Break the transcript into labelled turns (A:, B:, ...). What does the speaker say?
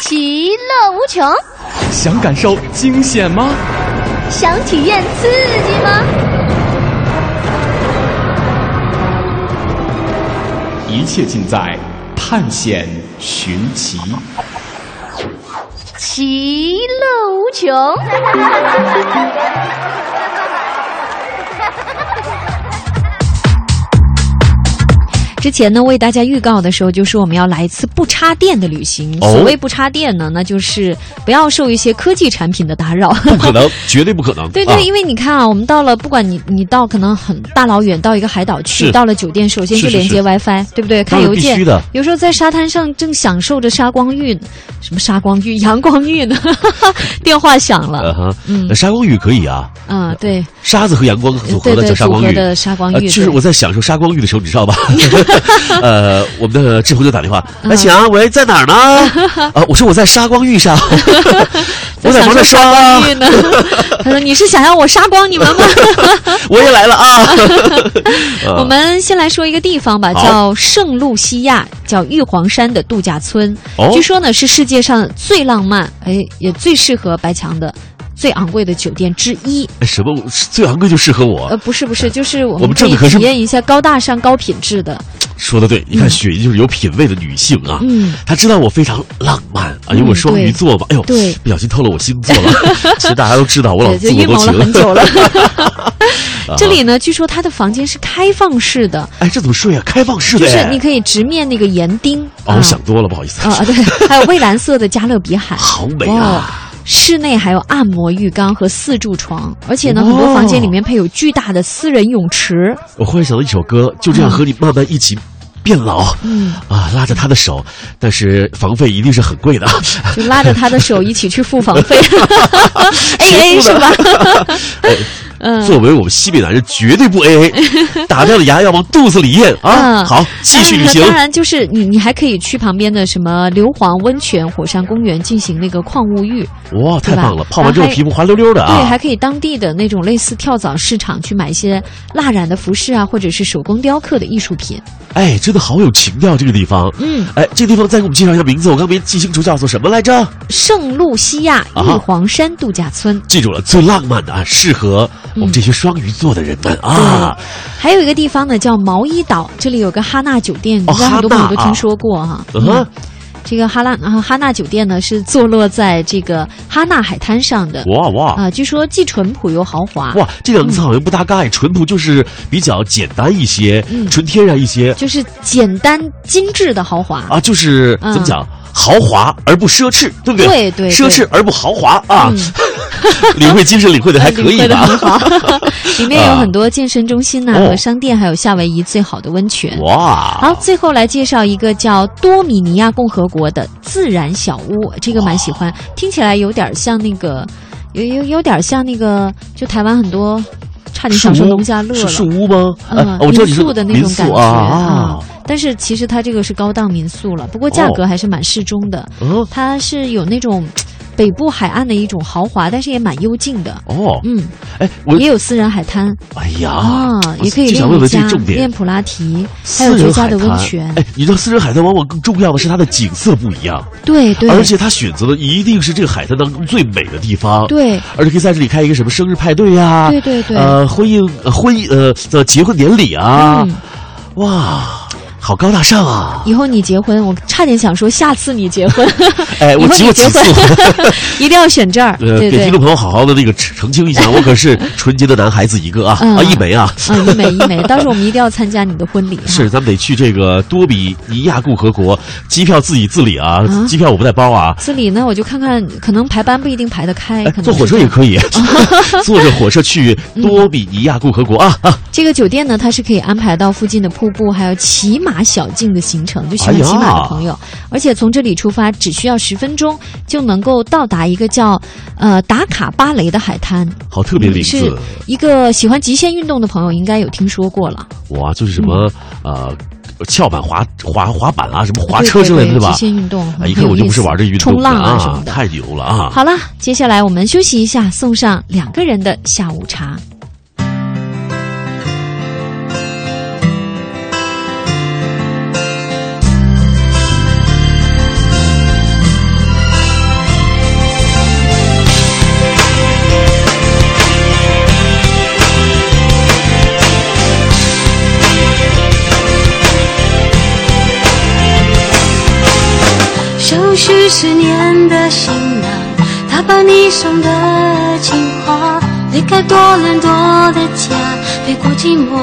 A: 其乐无穷。
B: 想感受惊险吗？
A: 想体验刺激吗？
B: 一切尽在探险寻奇。
A: 其乐无穷。
C: 之前呢，为大家预告的时候，就说我们要来一次不插电的旅行。
D: 哦
C: 所谓不插电呢，那就是不要受一些科技产品的打扰。
D: 不可能，绝对不可能。
C: 对对，
D: 啊
C: 因为你看啊，我们到了，不管你你到可能很大老远到一个海岛去，
D: 是
C: 到了酒店，首先
D: 是
C: 就是连接
D: 是
C: WiFi，对不对？看
D: 那是
C: 邮
D: 必
C: 件
D: 须的
C: 有时候在沙滩上正享受着沙光浴，什么沙光浴、 阳光浴呢？电话响
D: 呃
C: 了，
D: 哈，
C: 嗯
D: 呃沙光浴可以啊，
C: 啊，对，
D: 沙子和阳光组合
C: 对
D: 的
C: 对，
D: 叫沙
C: 组
D: 光
C: 合
D: 浴。
C: 的沙光
D: 呃，
C: 浴，
D: 就是
C: 对
D: 我在享受沙光浴的时候，你知 道吧？呃，我们的志宏就打电话，
C: 嗯
D: 哎，请啊，喂，在哪儿呢？啊，我说我在沙光浴上，我在
C: 享
D: 忙着
C: 受
D: 刷
C: 沙
D: 啊
C: 光浴，呢。 他说：“你是想让我杀光你们吗？”
D: 我也来 了啊。呃
C: 我们先来说一个地方吧，
D: 好
C: 叫圣露西亚，叫玉皇山的度假村。
D: 哦
C: 据说呢是世界上最浪漫，哎，也最适合白墙的、最昂贵的酒店之一。
D: 哎什么最昂贵就适合我
C: 呃，？不是不是，就是我
D: 啊我
C: 们
D: 们
C: 可
D: 挣
C: 以
D: 的可是
C: 体验一下高大上、高品质的。
D: 说的对，你看雪姨就是有品位的女性啊。
C: 嗯，
D: 她知道我非常浪漫啊，因为
C: 嗯
D: 我双
C: 对
D: 鱼座嘛，哎呦，
C: 对
D: 不小心透露我星座 了。其实大家都知道，我老
C: 对，就
D: 自我
C: 预
D: 多
C: 谋了
D: 情。
C: 很久了。
D: 啊
C: 这里呢，据说它的房间是开放式的，
D: 哎，这怎么睡啊？开放式的
C: 就
D: 哎，
C: 是你可以直面那个岩钉。
D: 哦，
C: 啊
D: 我想多了，不好意思。
C: 啊、对，还有蔚蓝色的加勒比海，
D: 好美
C: 哇！
D: 啊！
C: 室内还有按摩浴缸和四柱床，而且呢，
D: 哦
C: 很多房间里面配有巨大的私人泳池。
D: 我忽然想到一首歌，就这样和你慢慢一起变老。
C: 嗯，
D: 啊，拉着他的手，但是房费一定是很贵的。
C: 就拉着他的手一起去付房 费，哎哎，是吧？嗯。
D: 作为我们西北男人，绝对不 A A，打掉的牙要往肚子里咽啊！
C: 嗯
D: 好， 继续旅
C: 当然
D: 行
C: 了当。然，就是你，你还可以去旁边的什么硫磺温泉、火山公园进行那个矿物浴，
D: 哇，太
C: 对吧
D: 棒了！泡完之后
C: 然后还
D: 皮肤滑溜溜的
C: 对，
D: 啊
C: 还！可以当地的那种类似跳蚤市场去买一些蜡染的服饰啊，或者是手工雕刻的艺术品。
D: 哎，真的好有情调，这个地方。
C: 嗯，
D: 哎，这个地方再给我们介绍一下名字，我刚没记清楚叫做什么来着？
C: 圣露西亚
D: 啊
C: 玉皇山度假村。
D: 记住了，最浪漫的啊，适合我
C: 嗯
D: 们这些双鱼座的人们啊。
C: 还有一个地方呢，叫毛伊岛，这里有个哈纳酒店，
D: 哦
C: 应该很多朋
D: 哈纳
C: 友都听说过哈。
D: 嗯哼
C: 这个哈拉啊哈纳酒店呢，是坐落在这个哈纳海滩上的
D: 哇哇
C: 啊、据说既淳朴又豪华，
D: 哇，这两个词好像不搭嘎哎，淳朴就是比较简单一些，
C: 嗯
D: 纯天然一些
C: 就是简单精致的豪华。
D: 啊，就是
C: 嗯
D: 怎么讲，豪华而不奢侈，对不对？
C: 对对对
D: 奢侈而不豪华啊
C: 嗯，
D: 领会精神领会的还可以
C: 领会得
D: 吧
C: 很？好，里面有
D: 啊
C: 很多健身中心呐、
D: 哦
C: 和商店，还有夏威夷最好的温泉。好，
D: 哇，
C: 最后来介绍一个叫多米尼亚共和国的自然小屋，这个蛮喜欢，听起来有点像那个，有有有点像那个，就台湾很多，差点
D: 树
C: 想说农
D: 屋
C: 家乐
D: 是树
C: 了。
D: 屋吗？
C: 嗯
D: 啊，我知道你
C: 民
D: 说
C: 宿的那
D: 民
C: 种感
D: 宿
C: 觉
D: 啊
C: 啊
D: 啊，
C: 但是其实它这个是高档民宿了，不过价格还是蛮适中的。
D: 嗯
C: 它是有那种北部海岸的一种豪华，但是也蛮幽静的。
D: 哦，
C: 嗯，
D: 哎，我
C: 也有私人海滩
D: 哎呀，
C: 啊，
D: 我
C: 也可以
D: 就想
C: 练
D: 问
C: 瑜
D: 问这
C: 伽
D: 个、重点
C: 练。普拉提，还有
D: 私
C: 绝
D: 人
C: 佳
D: 海
C: 的
D: 滩，
C: 温泉。
D: 哎，你知道私人海滩往往更重要的是它的景色不一样，
C: 对对，
D: 而且他选择的一定是这个海滩当中最美的地方。，
C: 对。
D: 而且可以在这里开一个什么生日派对呀、
C: 对对对
D: 呃，婚姻呃婚姻呃的结婚典礼啊，
C: 嗯
D: 哇，好高大上啊！
C: 以后你结婚，我差点想说下次你结婚，
D: 哎，
C: 以
D: 我
C: 后
D: 结
C: 你
D: 过
C: 结
D: 几
C: 婚
D: 次婚？
C: 一定要选这儿，
D: 呃，
C: 对
D: 给听
C: 对
D: 众。朋友好好的那个澄澄清 一下，我可是纯洁的男孩子一个啊、
C: 嗯
D: 啊，一枚啊。
C: 嗯，一美一美，到时候我们一定要参加你的婚礼哈。啊
D: 是，咱们得去这个多比尼亚共和国，机票自己自理啊，
C: 啊
D: 机票我不带包啊，
C: 这里呢，我就看看，可能排班不一定排得开，哎可能嗯
D: 哎坐火
C: 是
D: 车
C: 这
D: 也
C: 样
D: 可以， 坐着火车去多比尼亚共和国啊啊！
C: 这个酒店呢，它是可以安排到附近的瀑布，还有骑马小径的行程，就喜欢
D: 哎呀
C: 骑马的朋友。而且从这里出发，只需要十分钟就能够到达一个叫呃达卡巴雷的海滩。
D: 好，特别名
C: 嗯是
D: 字，
C: 一个喜欢极限运动的朋友应该有听说过了。
D: 哇，啊就是什么呃，跳板滑滑滑板啊，什么
C: 嗯
D: 滑
C: 对
D: 车之类的，
C: 对
D: 吧
C: 极？限运动，
D: 啊，一看我就不是玩这运动
C: 冲
D: 的
C: 浪啊什
D: 啊
C: 么，的。
D: 太牛了啊！
C: 好了，接下来我们休息一下，送上两个人的下午茶。
E: 相许十年的新郎，他把你送的情话，离开多伦多的家，飞过寂寞。